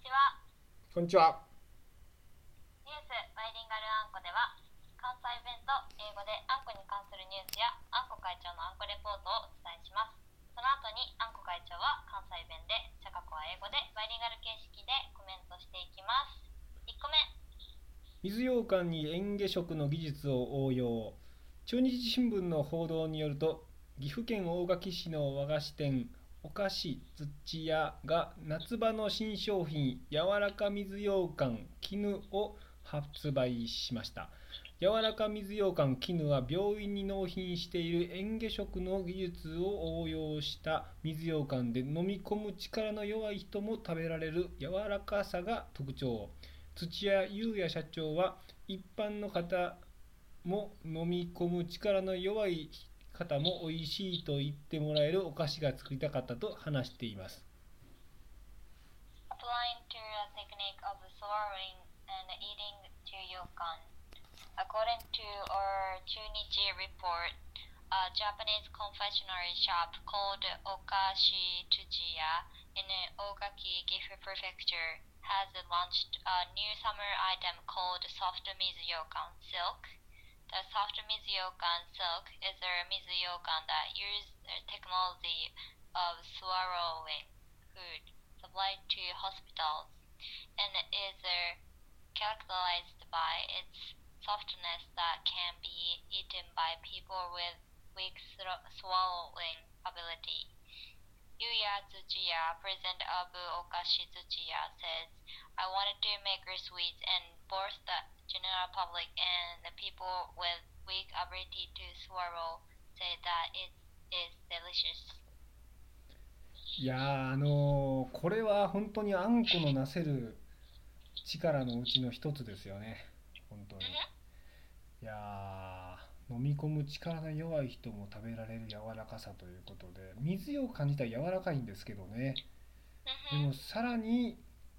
ちは。こんにちは。ニュースバイリンガルあんこでは、関西弁と英語であんこに関するニュースや、あんこ会長のあんこレポートをお伝えします。その後に、あんこ会長は関西弁で、ちゃかこは英語でバイリンガル形式でコメントしていきます。1個目、水羊羹に嚥下食の技術を応用。中日新聞の報道によると、岐阜県大垣市の和菓子店、お菓子土屋が夏場の新商品、柔らか水羊羹絹を発売しました。柔らか水羊羹絹は病院に納品している嚥下食の技術を応用した水羊羹で飲み込む力の弱い人も食べられる柔らかさが特徴土屋裕也社長は一般の方も飲み込む力の弱い方も美味しいと言ってもらえるお菓子が作りたかったと話しています Applying to a technique of swallowing and eating to yokan. According to our Chunichi report, a Japanese confectionery shop called Okashi Tsuchiya in Ogaki, Gifu Prefecture has launched a new summer item called soft mizuyokan silk. The soft mizuyokan silk is a mizuyokan that uses the technology of swallowing food supplied to hospitals and is uh, characterized by its softness that can be eaten by people with weak thro- swallowing ability. Yuya Tsuchiya, president of Okashi Tsuchiya, says, I wanted to make a sweets and both the general public and the people with weak ability to swallow say that it is delicious. いやーあのーこれは本当にあんこのなせる力のうちの一つですよね本当にいやー飲み込む力の弱い人も食べられる柔らかさということで水を感じたら柔らかいんですけどねで Mm-hmm. もさらに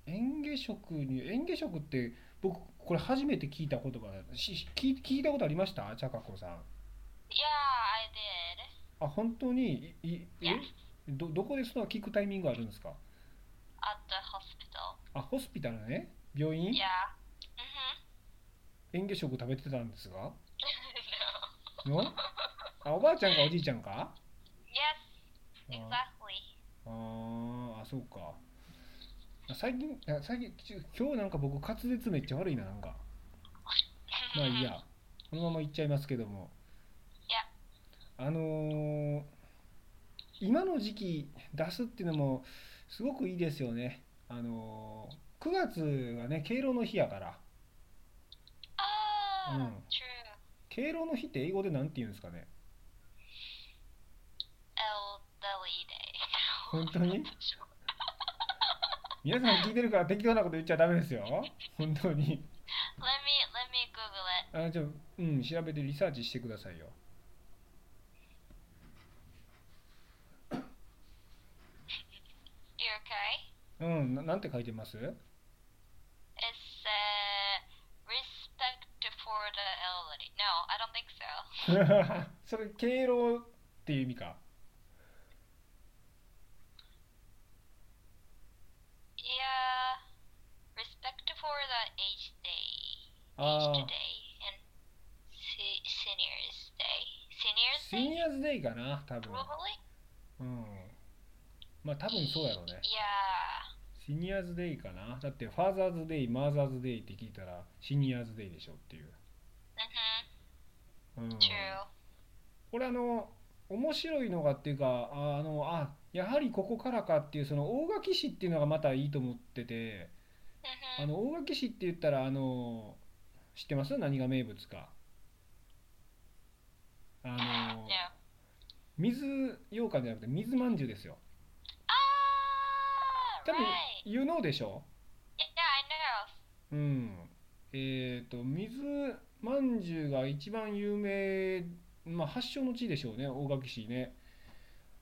嚥下食に嚥下食って僕これ初めて聞いた言葉だし聞い聞いたことありましたちゃかこさん Yeah, I did. あ本当にいいえ Yeah. どどこでその聞くタイミングあるんですか At the hospital. あホスピタルね病院 Yeah. Mm-hmm. 嚥下食食べてたんですが no. のあおばあちゃんかおじいちゃんか Yes, あー exactly. あーあそうかあ最近あ最近ちょ今日なんか僕滑舌めっちゃ悪いななんかまあい いやこのままいっちゃいますけどもいやあのー今の時期出すっていうのもすごくいいですよねあのー9月がね敬老の日やから Ah, Mm. true. 敬老の日って英語で何て言うんですかね Elderly day. 本当 に皆さん聞いてるから適当なこと言っちゃダメですよ本当 let に me let me Google it. あじゃあうん調べてリサーチしてくださいよ You okay? うんななんて書いてます It's uh, respect for the elderly. No, I don't think so. それ敬老っていう意味か Yeah, respect for the age day, あ age day, あ and se- seniors day. Seniors シ day, ニアズデイかな多分 probably. うんまあ多分そうやろうね Yeah. シニアズデイかなだってファーザーズデイマーザーズデイって聞いたらシニアズデイでしょっていう、 Mhm. うん、 True. これあの面白いのがっていうかああのあやはりここからかっていうその大垣市っていうのがまたいいと思っててあ Mhm. の大垣市って言ったらあの知ってます何が名物かあの No. 水羊羹じゃなくて水まんじゅうですよ Ah, 多分 right. 言うのでしょ Yeah, I know. うんえっ、と水まんじゅうが一番有名、まあ、発祥の地でしょうね大垣市ね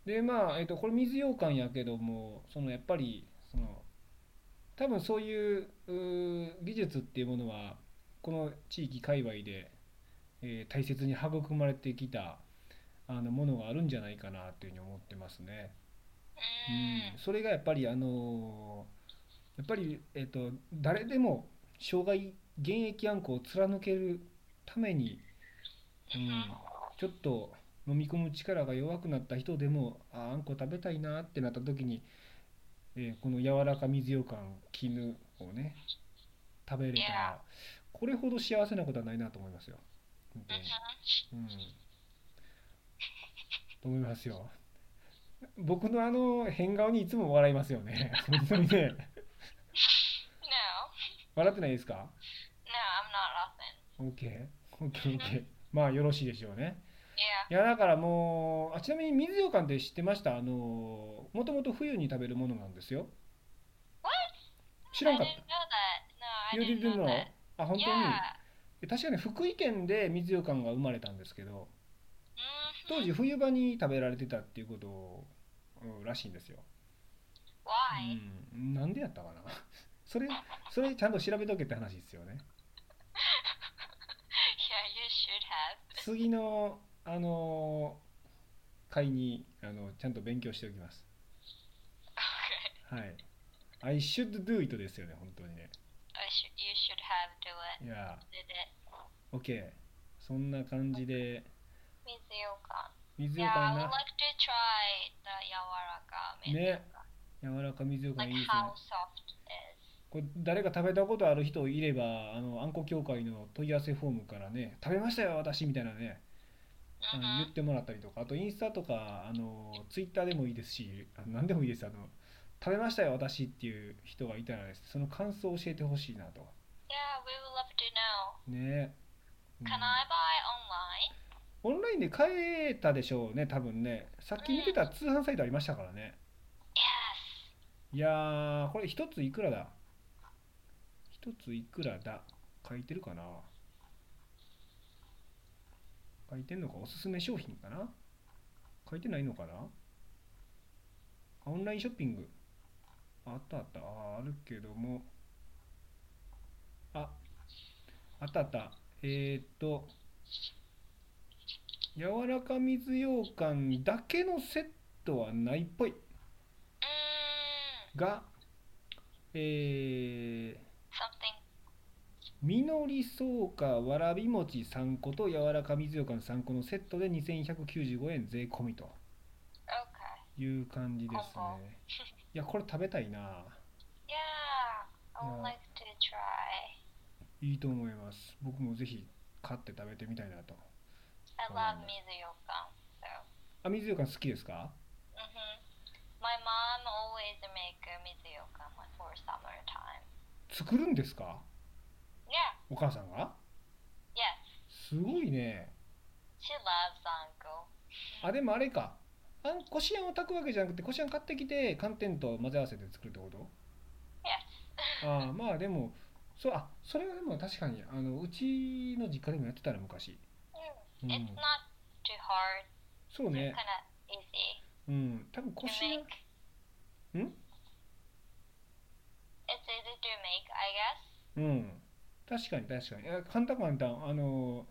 でまあ、えー、とこれ水羊羹やけどもそのやっぱりその多分そういううー技術っていうものはこの地域界隈で、えー大切に育まれてきたあのものがあるんじゃないかなというふうに思ってますね。 Mm. それがやっぱりあのーやっぱり、えっと誰でも障害現役あんこを貫けるために、うん、Mm-hmm. ちょっと飲み込む力が弱くなった人でもああんこ食べたいなってなった時に、えーこの柔らか水ようかん絹をね食べれたらこれほど幸せなことはないなと思いますよ。本当に Mhm. うんと思いますよ。僕のあの変顔にいつも笑いますよね。 本当にね。 No, 笑ってないですか no, I'm not laughing. ?OK。OKOK。まあよろしいでしょうね。 Yeah. いやだからもうあちなみに水羊羹って知ってましたあのもともと冬に食べるものなんですよ。知ら I んかっ didn't know that. No, I た。You didn't didn't know know？ that. あ本当に Yeah. え確かに福井県で水羊羹が生まれたんですけど Mhm. 当時冬場に食べられてたっていうことうんらしいんですよ。Mm. Why? うん、なんでやったかな それそれちゃんと調べとけって話ですよ ね Yeah, you should have. 次のあの会にあのちゃんと勉強しておきます Okay. はい I should do it ですよね本当にね I should. You should have do it. いや Did it. ー OK そんな感じで With yoga. 水よ Yeah, I would かな like to try the yawaraka. with ね yoga. 柔らか水よかい Like いですね how soft it is. これ誰か食べたことある人いればあのあんこ協会の問い合わせフォームからね食べましたよ私みたいなねあの言 Mhm. ってもらったりとかあとインスタとかあのツイッターでもいいですしあの何でもいいですあの食べましたよ私っていう人がいたらですその感想を教えてほしいなと Yeah, we would love to know. ね、うん Can I buy online? オンラインで買えたでしょうね多分ねさっき見てた通販サイトありましたからね Yes. いやーこれ一ついくらだ一ついくらだ書いてるかな書いてんのかおすすめ商品かな書いてないのかなあオンラインショッピングああったあったあーあるけどもああったあったえー、っと柔らか水羊羹だけのセットはないっぽい Mm, が、え something. ー、みのりそうかわらび餅3個と柔らか水ようかん3個のセットで2195円税込みと Okay. いう感じですあね。いや、これ食べたいな。 Yeah, I would Yeah. like to try. いいと思います。僕もぜひ買って食べてみたいなと。 I Oh, love yeah. Mizuyokan, so. あ、水ようかん好きですか hmm My mom always make uh, Mizuyokan like, for summertime. 作るんですか Yeah, お母さんが yes, すごいね。 she loves Anko. あ、でもあれか。あんこしあんを炊くわけじゃなくて、こしあん買ってきて寒天と混ぜ合わせて作るってこと Yes. ああまあでもそうあそれはでも確かにあのうちの実家でもやってたね昔、 Mm. うん It's not too hard. そうね It's kind of easy うん多分 to 腰 make. ん It's easy to make, I guess. うん確かに確かにいや簡単簡単あの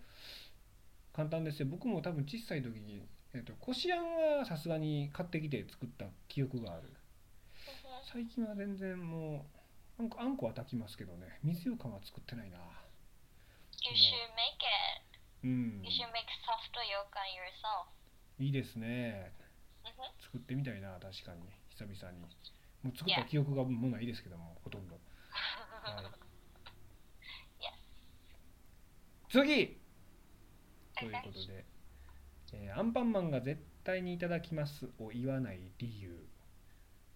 簡単ですよ僕も多分小さい時に、えっとこしあんはさすがに買ってきて作った記憶がある Mhm. 最近は全然もうあんこあんこは炊きますけどね水ようかんは作ってないな You No. should make it. Mm. うん You should make soft yokan yourself. いいですね Mhm. 作ってみたいな確かに久々にもう作った記憶がもうないですけどもほ とんど、はい Yes. 次という Okay. ことで、えーアンパンマンが絶対にいただきます」を言わない理由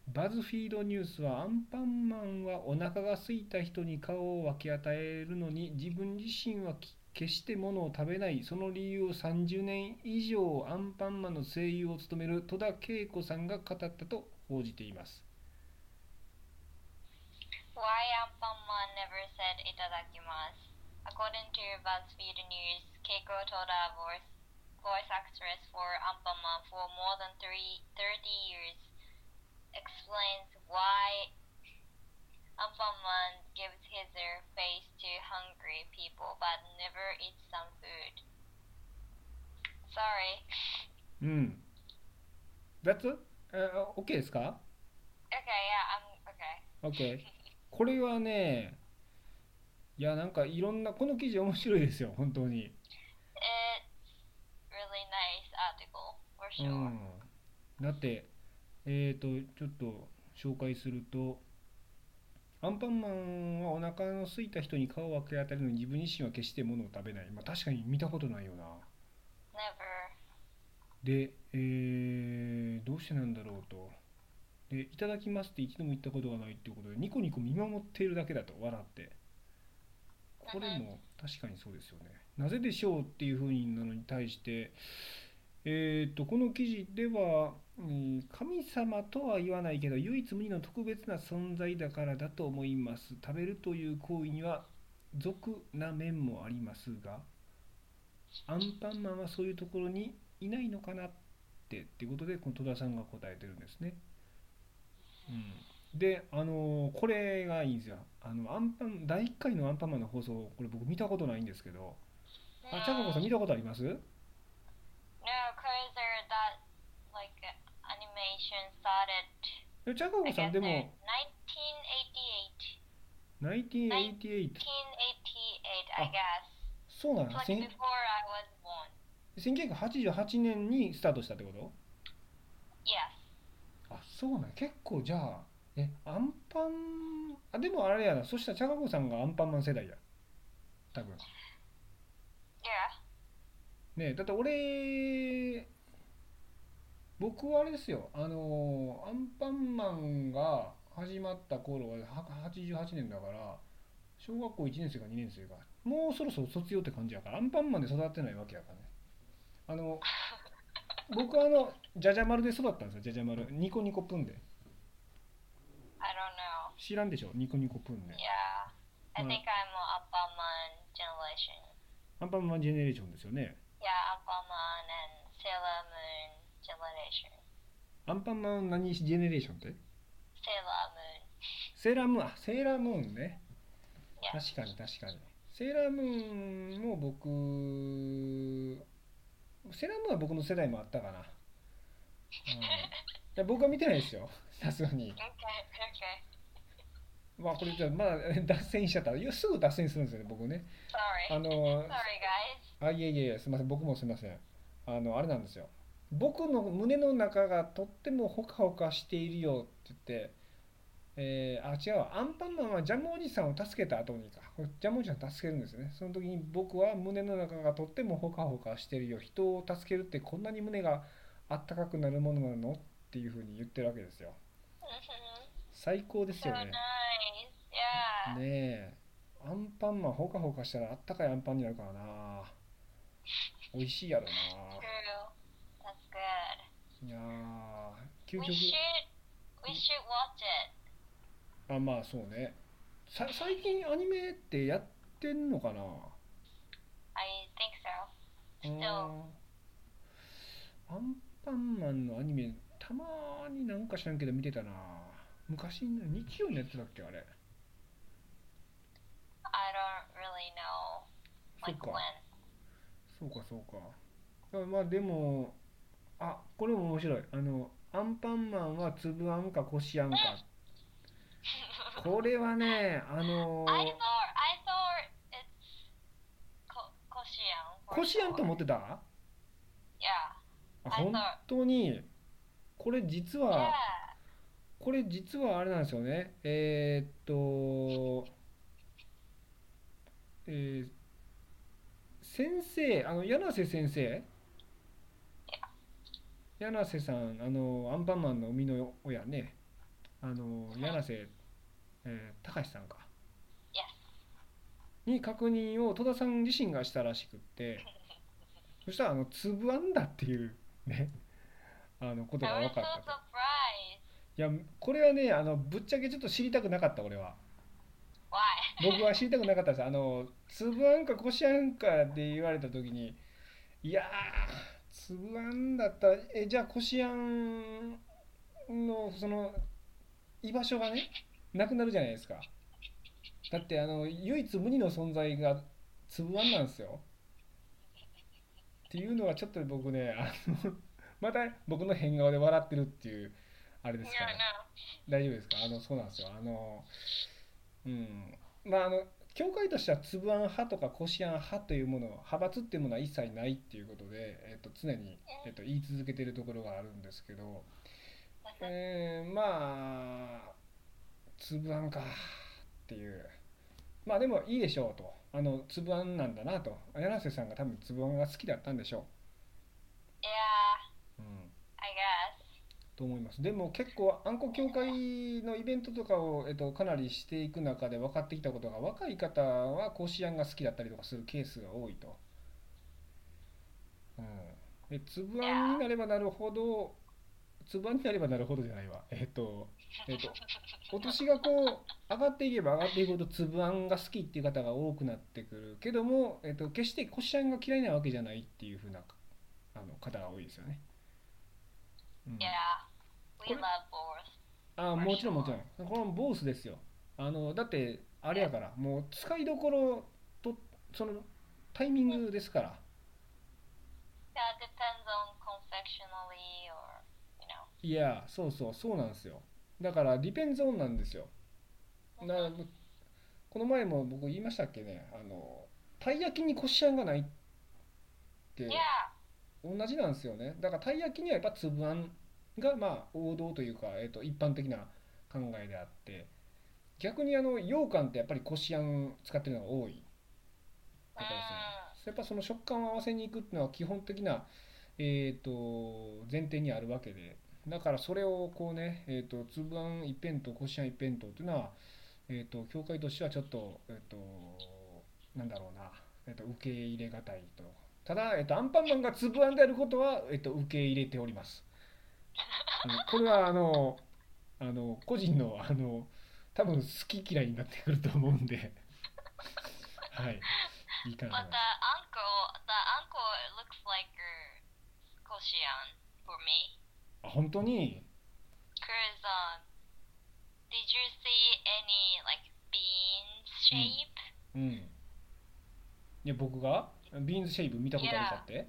バズフィードニュースはアンパンマンはお腹が空いた人に顔を分け与えるのに自分自身はき決してものを食べないその理由を30年以上アンパンマンの声優を務める戸田恵子さんが語ったと報じています。 Why Ampanman never said itadakimasu? According to BuzzFeed News, Keiko Toda, voice, voice actress for Ampanman for more than three, 30 years, explains why Ampanman gives his or face to hungry people but never eats some food. Sorry. うん。That's? えー OK ですか Okay, yeah, I'm okay. ?OK。これはねいやなんかいろんなこの記事面白いですよ本当に、 It's really nice article for sure. うん、だってえっ、ー、とちょっと紹介するとアンパンマンはお腹の空いた人に顔を分け与えるのに自分自身は決して物を食べない、まあ、確かに見たことないよな Never. で、えーどうしてなんだろうとでいただきますって一度も言ったことがないっていうことでニコニコ見守っているだけだと笑ってこれも確かにそうですよねなぜでしょうっていうふうなのに対してえー、とこの記事では、うん神様とは言わないけど唯一無二の特別な存在だからだと思います食べるという行為には俗な面もありますがアンパンマンはそういうところにいないのかなってっていうことでこの戸田さんが答えてるんですね。うん、であのーこれがいいんですよあのアンパン第1回の「アンパンマン」の放送これ僕見たことないんですけどあちゃかこさ No, ん見たことあります no, cause they're that like animation started. でちゃかこ I さん guess で in も 1988. 1988, 1988 Ah. I guess. そうなの Like せん before I was born. 1988年にスタートしたってこと Yes. あそうなん結構じゃあえアンパンあでもあれやなそしたらちゃかこさんがアンパンマン世代や多分 Yeah. ねえだって俺僕はあれですよあのーアンパンマンが始まった頃はは88年だから小学校1年生か2年生かもうそろそろ卒業って感じやからアンパンマンで育ってないわけやからねあの僕はあのじゃじゃ丸で育ったんですよじゃじゃ丸ニコニコプンで I don't know. 知らんでしょニコニコプンで Yeah. I Well- think I'm an Ampaman generation. アンパンマンジェネレーションですよね Yeah, Ampaman and Sailor Moon generation. アンパンマン何ジェネレーションって Sailor Moon. セーラームーンあセーラームーンね Yeah. 確かに確かにセーラームーンも僕セーラームーンは僕の世代もあったかな、うん、いや僕は見てないですよさすが Okay, に okay. まあこれじゃまだえ脱線しちゃったいやすぐ脱線するんですよね僕ね Sorry. あの Sorry, guys. あいえいえいえすみません僕もすみませんあのあれなんですよ僕の胸の中がとってもほかほかしているよって言ってえーあ違うわアンパンマンはジャムおじさんを助けた後にかこれジャムおじさん助けるんですねその時に僕は胸の中がとってもほかほかしてるよ人を助けるってこんなに胸があったかくなるものなのっていうふうに言ってるわけですよ Mhm. 最高です so よね nice. Yeah. ねえアンパンマンほかほかしたらあったかいアンパンになるからな美味しいやろな True. That's good. いやー究 We 極 should we should watch it. あまあそうねさ最近アニメってやってんのかな I think so. うーん So- アンパンマンのアニメたまになんか知らんけど見てたな昔日曜にやってたっけあれ I don't really know そっ like か when. そうかそうかあまあでもあこれも面白いあのアンパンマンは粒あんかこしあんかこれはねあの I thought I thought it's ko- Koshian. こしあんと思ってた Yeah. ああそう本当にこれ実 Ah, は Yeah. これ実はあれなんですよねえーっとえー先生あの柳瀬先生柳瀬さんあのアンパンマンの生みの親ねあの柳瀬、えー、隆さんか Yes. に確認を戸田さん自身がしたらしくってそしたらあの粒あんだっていうねあのことが I 分 was か so ったと。 surprised. いやこれはねあのぶっちゃけちょっと知りたくなかった俺は Why? 僕は知りたくなかったですあの粒あんかこしあんかで言われた時にいやー粒あんだったらえじゃあこしあんのその居場所がねなくなるじゃないですかだってあの唯一無二の存在が粒あんなんですよっていうのはちょっと僕ねあの また僕の変顔で笑ってるっていうあれです Yeah, から I know. 大丈夫ですかあのそうなんですよあのうん、まああの教会としてはつぶあん派とかこしあん派というもの派閥っていうものは一切ないっていうことで、えっと、常に、えっと、言い続けてるところがあるんですけど、えーまあつぶあんかっていうまあでもいいでしょうとあのつぶあんなんだなと柳瀬さんが多分つぶあんが好きだったんでしょ Yeah, う。うん I guess. と思います。でも結構あんこ協会のイベントとかを、えっと、かなりしていく中で分かってきたことが若い方はこしあんが好きだったりとかするケースが多いと。うん、でつぶあんになればなるほどつぶあんになればなるほどじゃないわ。えっとえっ とお年がこう上がっていけば上がっていくほどつぶあんが好きっていう方が多くなってくるけども、えっと、決してこしあんが嫌いなわけじゃないっていうふうなあの方が多いですよね。うん Yeah, we What- love both. あマもリちシャろんもちろんこれもボースですよあのだってあれやからもう使いどころとそのタイミングですから Yeah, it depends on confectionery or, you know. いやそうそうそうなんですよだからディペンゾーンなんですよな Mhm. この前も僕言いましたっけねあのたい焼きにこしあんがないって Yeah, 同じなんですよねだからたい焼きにはやっぱつぶあんがまあ王道というか、えっと一般的な考えであって逆にあの羊羹ってやっぱりこしあん使ってるのが多いわけですね mm, やっぱその食感を合わせにいくっていうのは基本的な、えー、と前提にあるわけでだからそれをこうね、えー、と粒あん一辺倒こしあん一辺倒っていうのは、えー、と教会としてはちょっと,、えー、となんだろうな、えー、と受け入れがたいとただ、えー、とアンパンマンが粒あんであることは、えー、と受け入れております、うんこれはあのあの個人のあの多分好き嫌いになってくると思うんではいいいかなと思 but the います uncle, the uncle looks like a Koshian for me. あ本当に Cause um, did you see any like bean shape? うんいや僕がビーンズシェイブ見たことあるかって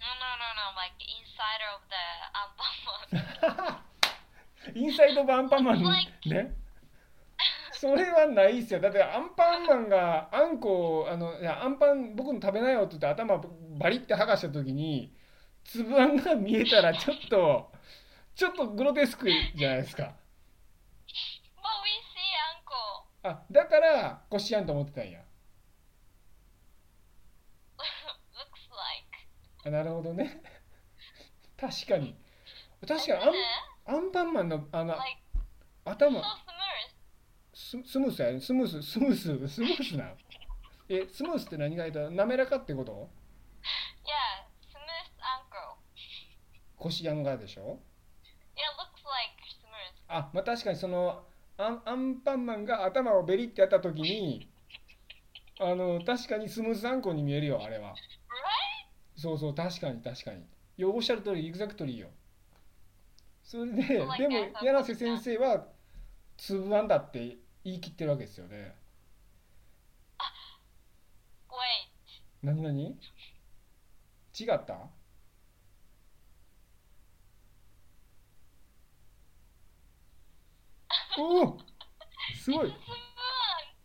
No, no, no, no. Like inside of the unbound. インサイド版アンパン マン Like- ねそれはないっすよだってアンパンマンがあんこをあのいやアンパン僕の食べなよって言って頭バリって剥がした時に粒あんが見えたらちょっとちょっとグロテスクじゃないですか but we see uncle. あだからこしあんと思ってたんや looks like. あなるほどね確かに確かにアン Yeah, アンパンマンのあの like 頭 so smooth. ススムースやねスムーススムーススムースなんえスムースって何が言った滑らかってこと Yeah, smooth uncle. こしあんがでしょ Yeah, looks like smooth. あまあ確かにそのアンアンパンマンが頭をベリってやった時にあの確かにスムースあんこに見えるよあれは Right? そうそう確かに確かにいやおっしゃる通りエグザクトリーよそれででも like that. 柳瀬先生は粒あんだって言い切ってるわけですよね Wait. 何何違ったおおすごい Smooth.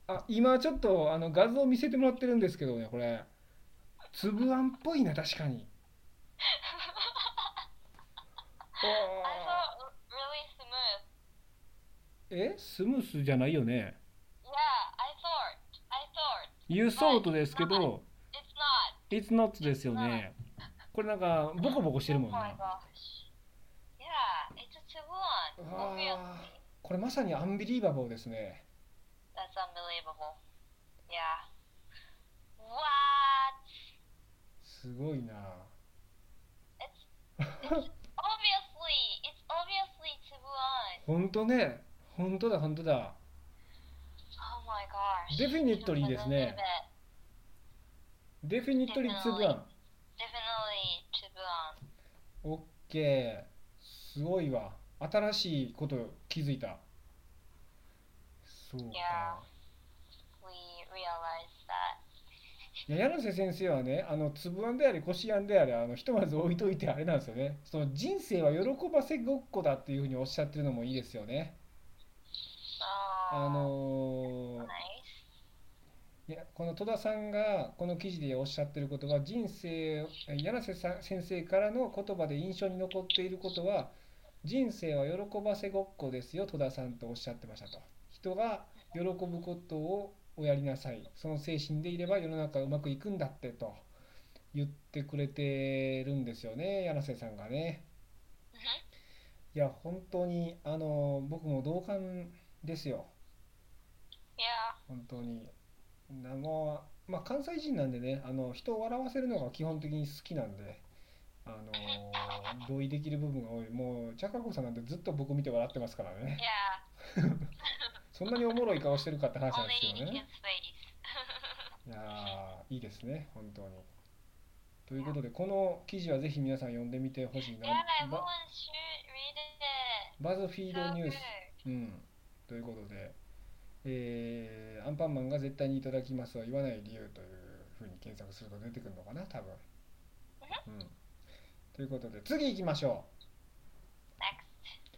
あ今ちょっとあの画像見せてもらってるんですけどねこれ粒あんっぽいな確かに I おー thought really smooth. えスムースじゃないよね Yeah, I thought. I thought. 輸送とですけど It's not. It's not ですよねこれなんかボコボコしてるもん Oh my な gosh. Yeah, it's a Oh, Cebuan. あ Obviously. これまさにアンビリーバボーですね That's unbelievable. Yeah. What? すごいな It's it's obviously it's obviously Cebuan. 本当ね本当だ本当だ Oh my gosh. Definitely I です can't believe ね。it. デフィニットリつぶあん Definitely Cebuan. オッケーすごいわ新しいこと気づいたそういやか We realized that. いや柳瀬先生はねあのつぶあんであれこしあんであれあのひとまず置いといてあれなんですよねその人生は喜ばせごっこだっていうふうにおっしゃってるのもいいですよね Oh. あのこの戸田さんがこの記事でおっしゃってることは人生え柳瀬さん先生からの言葉で印象に残っていることは人生は喜ばせごっこですよ戸田さんとおっしゃってましたと人が喜ぶことをおやりなさいその精神でいれば世の中うまくいくんだってと言ってくれてるんですよね柳瀬さんがね。 Mhm. いや本当にあの僕も同感ですよ Yeah. 本当になもうまあ関西人なんでねあの人を笑わせるのが基本的に好きなんであの同意できる部分が多いもうチャカ子さんなんてずっと僕見て笑ってますからね Yeah. そんなにおもろい顔してるかって話なん Only ですけど in ね space. いやーいいですね本当にということでこの記事はぜひ皆さん読んでみてほしいな Yeah, バ everyone should read it. バズフィー So ドニュー good. スうん、ということで、えーアンパンマンが絶対にいただきますは言わない理由というふうに検索すると出てくるのかな、多分。うん、ということで、次行きましょ Next.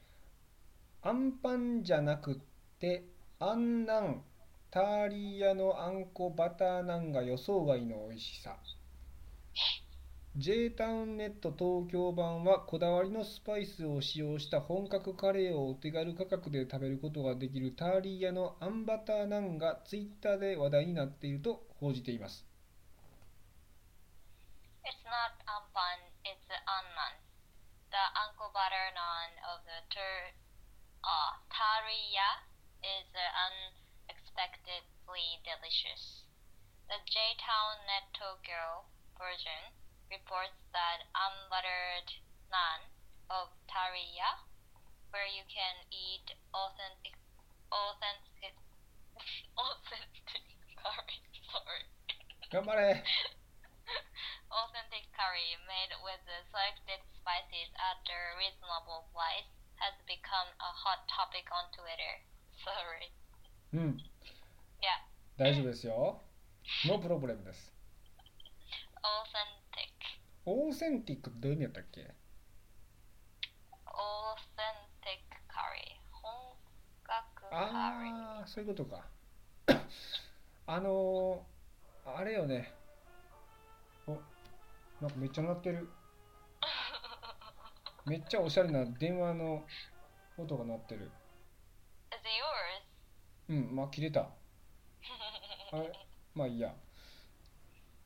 う。アンパンじゃなくって、アンナン、ターリーヤのあんこバターナンが予想外の美味しさ。J タウンネット東京版はこだわりのスパイスを使用した本格カレーをお手軽価格で食べることができるターリー屋のあんバターナンがツイッターで話題になっていると報じています。 It's not ampan, it's annan. The uncle butter naan of the tur, uh, tariya is uh, unexpectedly delicious. The J-Town Net Tokyo version reports that unbuttered naan of tariya, where you can eat authentic, authentic, authentic, sorry, sorry. 頑張れ Authentic curry made with the selected spices at a reasonable price has become a hot topic on Twitter. Sorry. うん、 Yeah, 大丈夫ですよ。ノープロブレムです。 authentic. オーセンティックってどういう意味やったっけ Authentic curry. Hongaku Ah. curry. ああ、そういうことか。あのー、あれよね。お、なんかめっちゃ鳴ってる。めっちゃおしゃれな電話の音が鳴ってる。 Is it yours? うん、まあ切れた。あれまあいいや。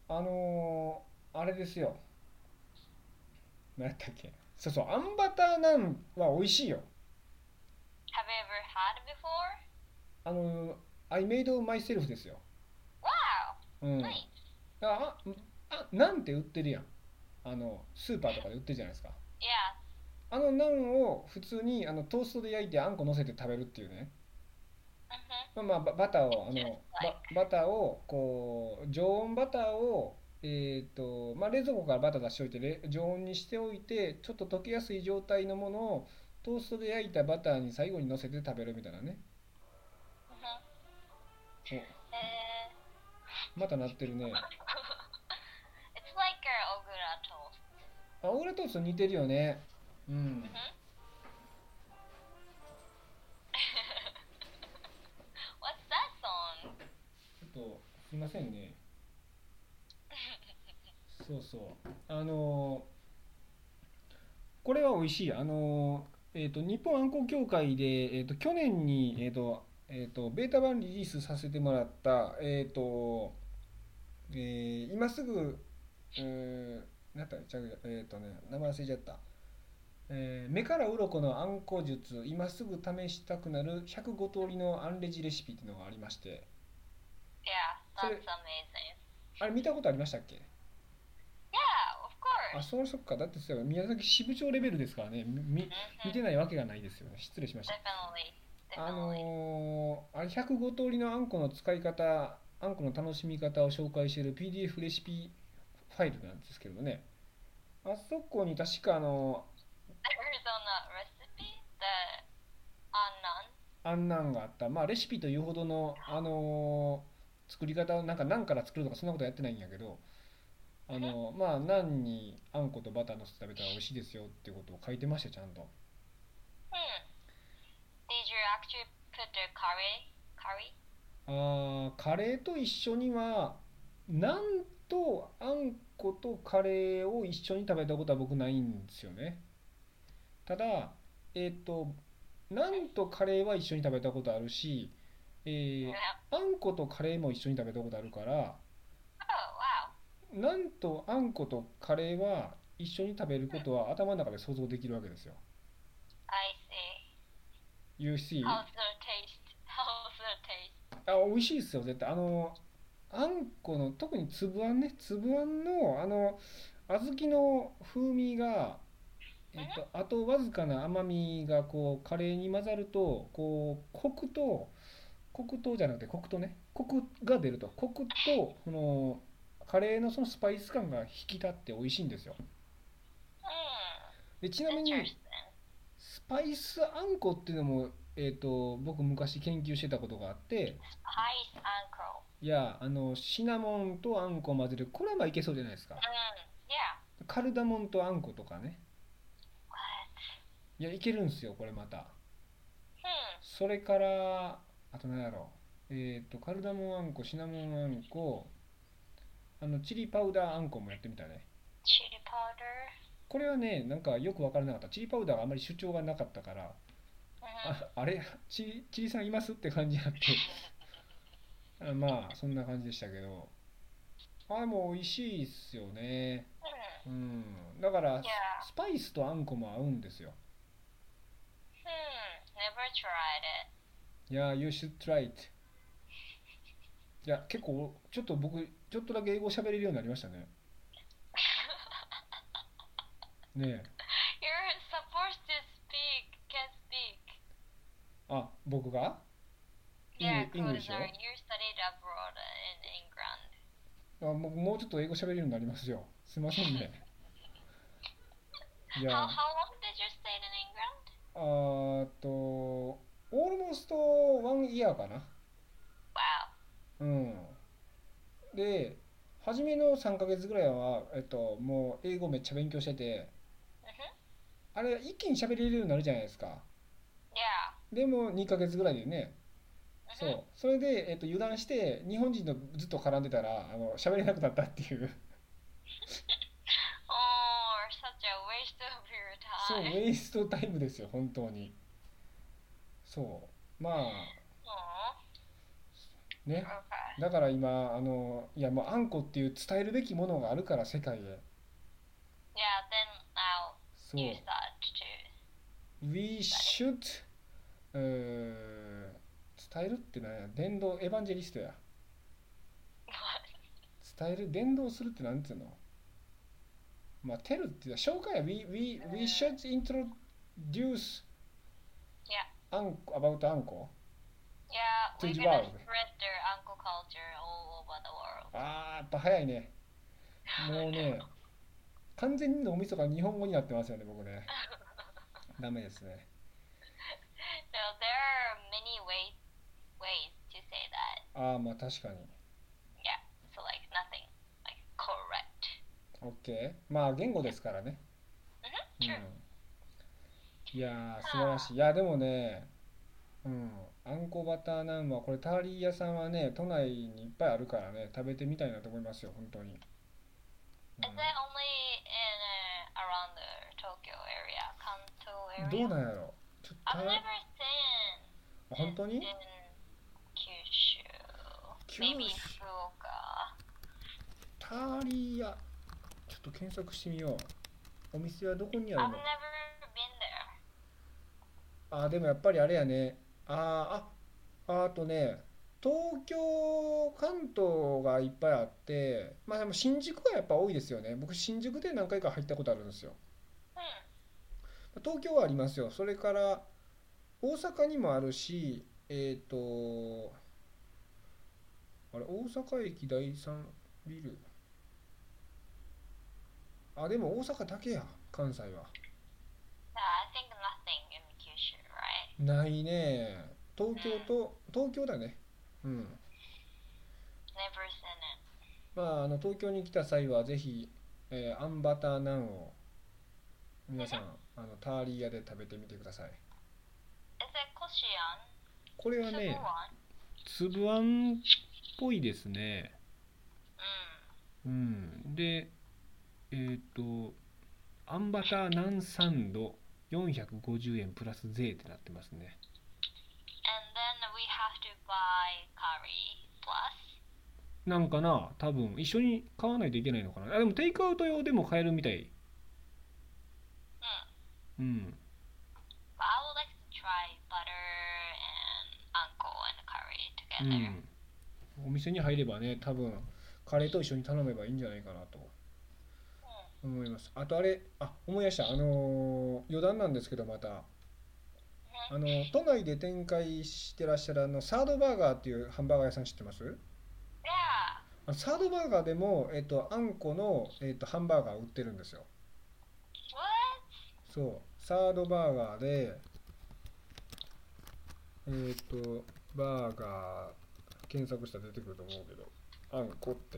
あのー、あれですよ。何やったっけそうそう、あんバターナンは美味しいよ。 Have you ever had before? あのー、I made myself ですよ。 Wow, うん。 nice. あ、あ、なんて売ってるやん。あの、スーパーとかで売ってるじゃないですか。 Yeah, あのナンを普通にあのトーストで焼いてあんこ乗せて食べるっていうね。 mhm, まあ、まあババターをあのババターをこう常温バターをえっ、とまあ冷蔵庫からバター出しておいてれ常温にしておいてちょっと溶けやすい状態のものをトーストで焼いたバターに最後に乗せて食べるみたいなね。 mhm. お Uh, またなってるね。 it's like a ogura toast. あオーレトースト似てるよね。うん。 What's that song? ちょっとすいませんね。そうそう。あのーこれは美味しい。あのーえっと日本あんこ協会でえっと去年にえっとえっとベータ版リリースさせてもらったえっとえー今すぐえーなんだったちゃうえっとね名前忘れちゃった。えー目から鱗のあんこ術今すぐ試したくなる105通りのアンレジレシピっていうのがありまして。 Yeah, So- that's amazing. あれ見たことありましたっけ Yeah, of あ course. そうそっかだってそういえば宮崎支部長レベルですからねみみ見 Mhm, てないわけがないですよね失礼しました Definitely. あ Definitely. のーあれ105通りのあんこの使い方あんこの楽しみ方を紹介している PDF レシピファイルなんですけどもねあそこに確かあの Arizona recipe, the anan. あんなんがあったまあレシピというほどのあのー作り方をなんか何から作るとかそんなことやってないんやけどあのーまあ何にあんことバターのせて食べたら美味しいですよってことを書いてましたちゃんと Hmm. Did you actually put the curry? Curry? あーカレーと一緒にはナンとあんことカレーを一緒に食べたことは僕ないんですよねただえっとナンとカレーは一緒に食べたことあるし、えーあんことカレーも一緒に食べたことあるから、 Oh, wow. なんとあんことカレーは一緒に食べることは頭の中で想像できるわけですよ。 I see. You see? How's the taste? How's the taste? あ、美味しいですよ、絶対。あの、あんこの、特に粒あんね、粒あんの、あの、小豆の風味が、えっと、あとわずかな甘みが、こう、カレーに混ざると、こう、コクと、コクとじゃなくて、コクとね、コクが出ると、コクと、この、カレーのそのスパイス感が引き立って美味しいんですよ。 Hmm. で、ちなみに、 Interesting. スパイスあんこっていうのも、えっと、僕昔研究してたことがあって、 Spice ankle. いや、あの、シナモンとあんこを混ぜる。これはまあいけそうじゃないですか。 Hmm. Yeah. カルダモンとあんことかね。 What? いや、いけるんですよ、これまた。 Hmm. それから、あと何やろう。えっと、カルダモンあんこ、シナモンあんこ、あの、チリパウダーあんこもやってみたね。 Chili powder. これはね、なんかよくわからなかった。チリパウダーがあまり主張がなかったから、 Hmm. あ、あれチリ、チリさんいますって感じになって。 あまあ、そんな感じでしたけど。あ、でも美味しいっすよね。 Hmm. うん、だからス Yeah. スパイスとあんこも合うんですよ。 Hmm. Never tried it. いや、You should try it. いや、結構、ちょっと僕、ちょっとだけ英語喋れるようになりましたね。ねえ、 You're supposed to speak. Can speak. あ、僕が Yeah, Eng- English, Kudasar, yeah. you studied abroad in England. あもうもうちょっと英語喋れるようになりますよ。すいませんね。いや、 How あ how long did you stay in England? ーっと、オールモストワンイヤーかな。 Wow. うん。で、初めの3ヶ月ぐらいは、えっと、もう英語めっちゃ勉強してて、 Mhm. あれ一気に喋れるようになるじゃないですか。 Yeah. でも2ヶ月ぐらいでね、そ Mhm. う。それで、えっと、油断して、日本人とずっと絡んでたら、あの、喋れなくなったっていう。 Oh, such a waste of your そう、ウ time. ェイストタイムですよ、本当に。そう。まあ、 Oh. ね。 Okay. だから今、あの、いや、もうあんこっていう伝えるべきものがあるから、世界へ。 Yeah. Then I'll そう。 use that too. We should うー伝えるってなんや伝道エヴァンジェリストや What? 伝える伝道するってなんていうのまあ、テルって言ったら紹介や We, we, we should introduce Yeah. あんこ about あんこ Yeah, To we're the gonna world. spread their uncle culture all over the world. あーやっぱ早いねもうね完全に脳みそが日本語になってますよね僕ねダメですね So there are many ways ways to say that. ああまあ確かに Yeah. So like nothing like correct. OK まあ言語ですからね Mhm. True. うん、いやー素晴らしいいやでもねうんあんこバターナンはこれターリー屋さんはね都内にいっぱいあるからね食べてみたいなと思いますよ本当に、うん Is it only in uh, around the Tokyo area, Kanto どう area? なんやろちょっと I've た never seen あ本当 in に Kyushu. Maybe 九州 Fukuoka. ターリー屋ちょっと検索してみようお店はどこにあ I've never るの been there. あでもやっぱりあれやねあーああとね東京関東がいっぱいあってまあでも新宿がやっぱ多いですよね僕新宿で何回か入ったことあるんですよ Hmm. 東京はありますよそれから大阪にもあるしえっとあれ大阪駅第三ビルあでも大阪だけや関西は No, I think nothing in Kyushu, right? ないね東京と東京だねうん Never seen it. まあ、あの東京に来た際はぜひ、えーアンバターナンを皆さんあのターリー屋で食べてみてください Is it Koshian? これはね Tsukuan? つ粒あんっぽいですね。うん。うん、で、えっ、と、あんバター南三度450円プラス税ってなってますね。 And then we have to buy curry plus. なんかな、多分一緒に買わないといけないのかな。あ、でもテイクアウト用でも買えるみたい。 Hmm. うん。 But I would like to try butter and uncle and curry う together. ん。お店に入ればね、多分カレーと一緒に頼めばいいんじゃないかなと。 Hmm. 思います。あとあれ、あ、思い出した。あのー余談なんですけど、また。あの都内で展開してらっしゃるあのサードバーガーっていうハンバーガー屋さん知ってます？ Yeah. あのサードバーガーでもえっとあんこのえっとハンバーガー売ってるんですよ。 What? そう、サードバーガーでえっとバーガー検索したら出てくると思うけど、あんこって。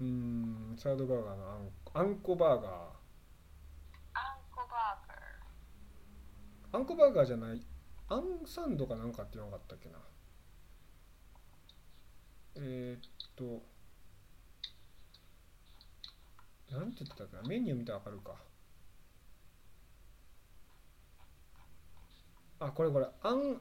うーん、サードバーガーのあんこ、あんこバーガー。 Uncle burger. あんこバーガーじゃない、あんサンドかなんかって言わなかったっけな。えーっと、なんて言ってたっけな、メニュー見たらわかるか。あ、これこれ、あん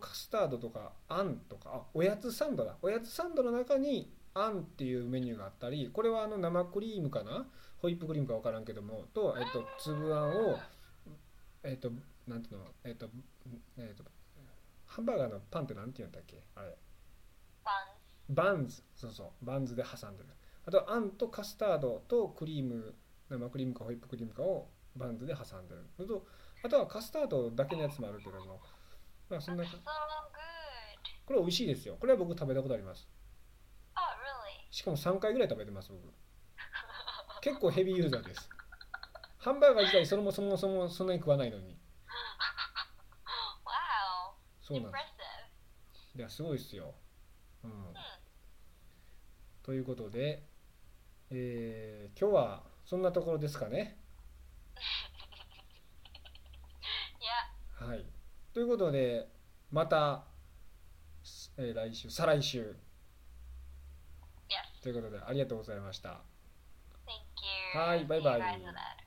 カスタードとか、あんとか、あ、おやつサンドだ。おやつサンドの中に、あんっていうメニューがあったり、これはあの生クリームかな、ホイップクリームかわからんけども、と、えっと、粒あんを、えっと、なんていうの、えっと、んえっと、ハンバーガーのパンってなんて言うんだっけあれ。 Buns. バンズ。そうそう。バンズで挟んでる。あと、あんとカスタードとクリーム、生クリームかホイップクリームかをバンズで挟んでる。あと、あとはカスタードだけのやつもあるけども。まあ、そんな That's、so good. これ美味しいですよ。これは僕食べたことあります。 Oh, really? しかも3回ぐらい食べてます、僕。結構ヘビーユーザーです。ハンバーガー自体それもそもそもそんなに食わないのに。 Wow. そうなんです。 Impressive. いや、すごいですよ。うん。 Hmm. ということで、えー今日はそんなところですかね。 Yeah. はい。ということで、また、すえー来週、再来週 Yes. ということで、ありがとうございました。 Thank you. Hi, See you bye-bye. guys later.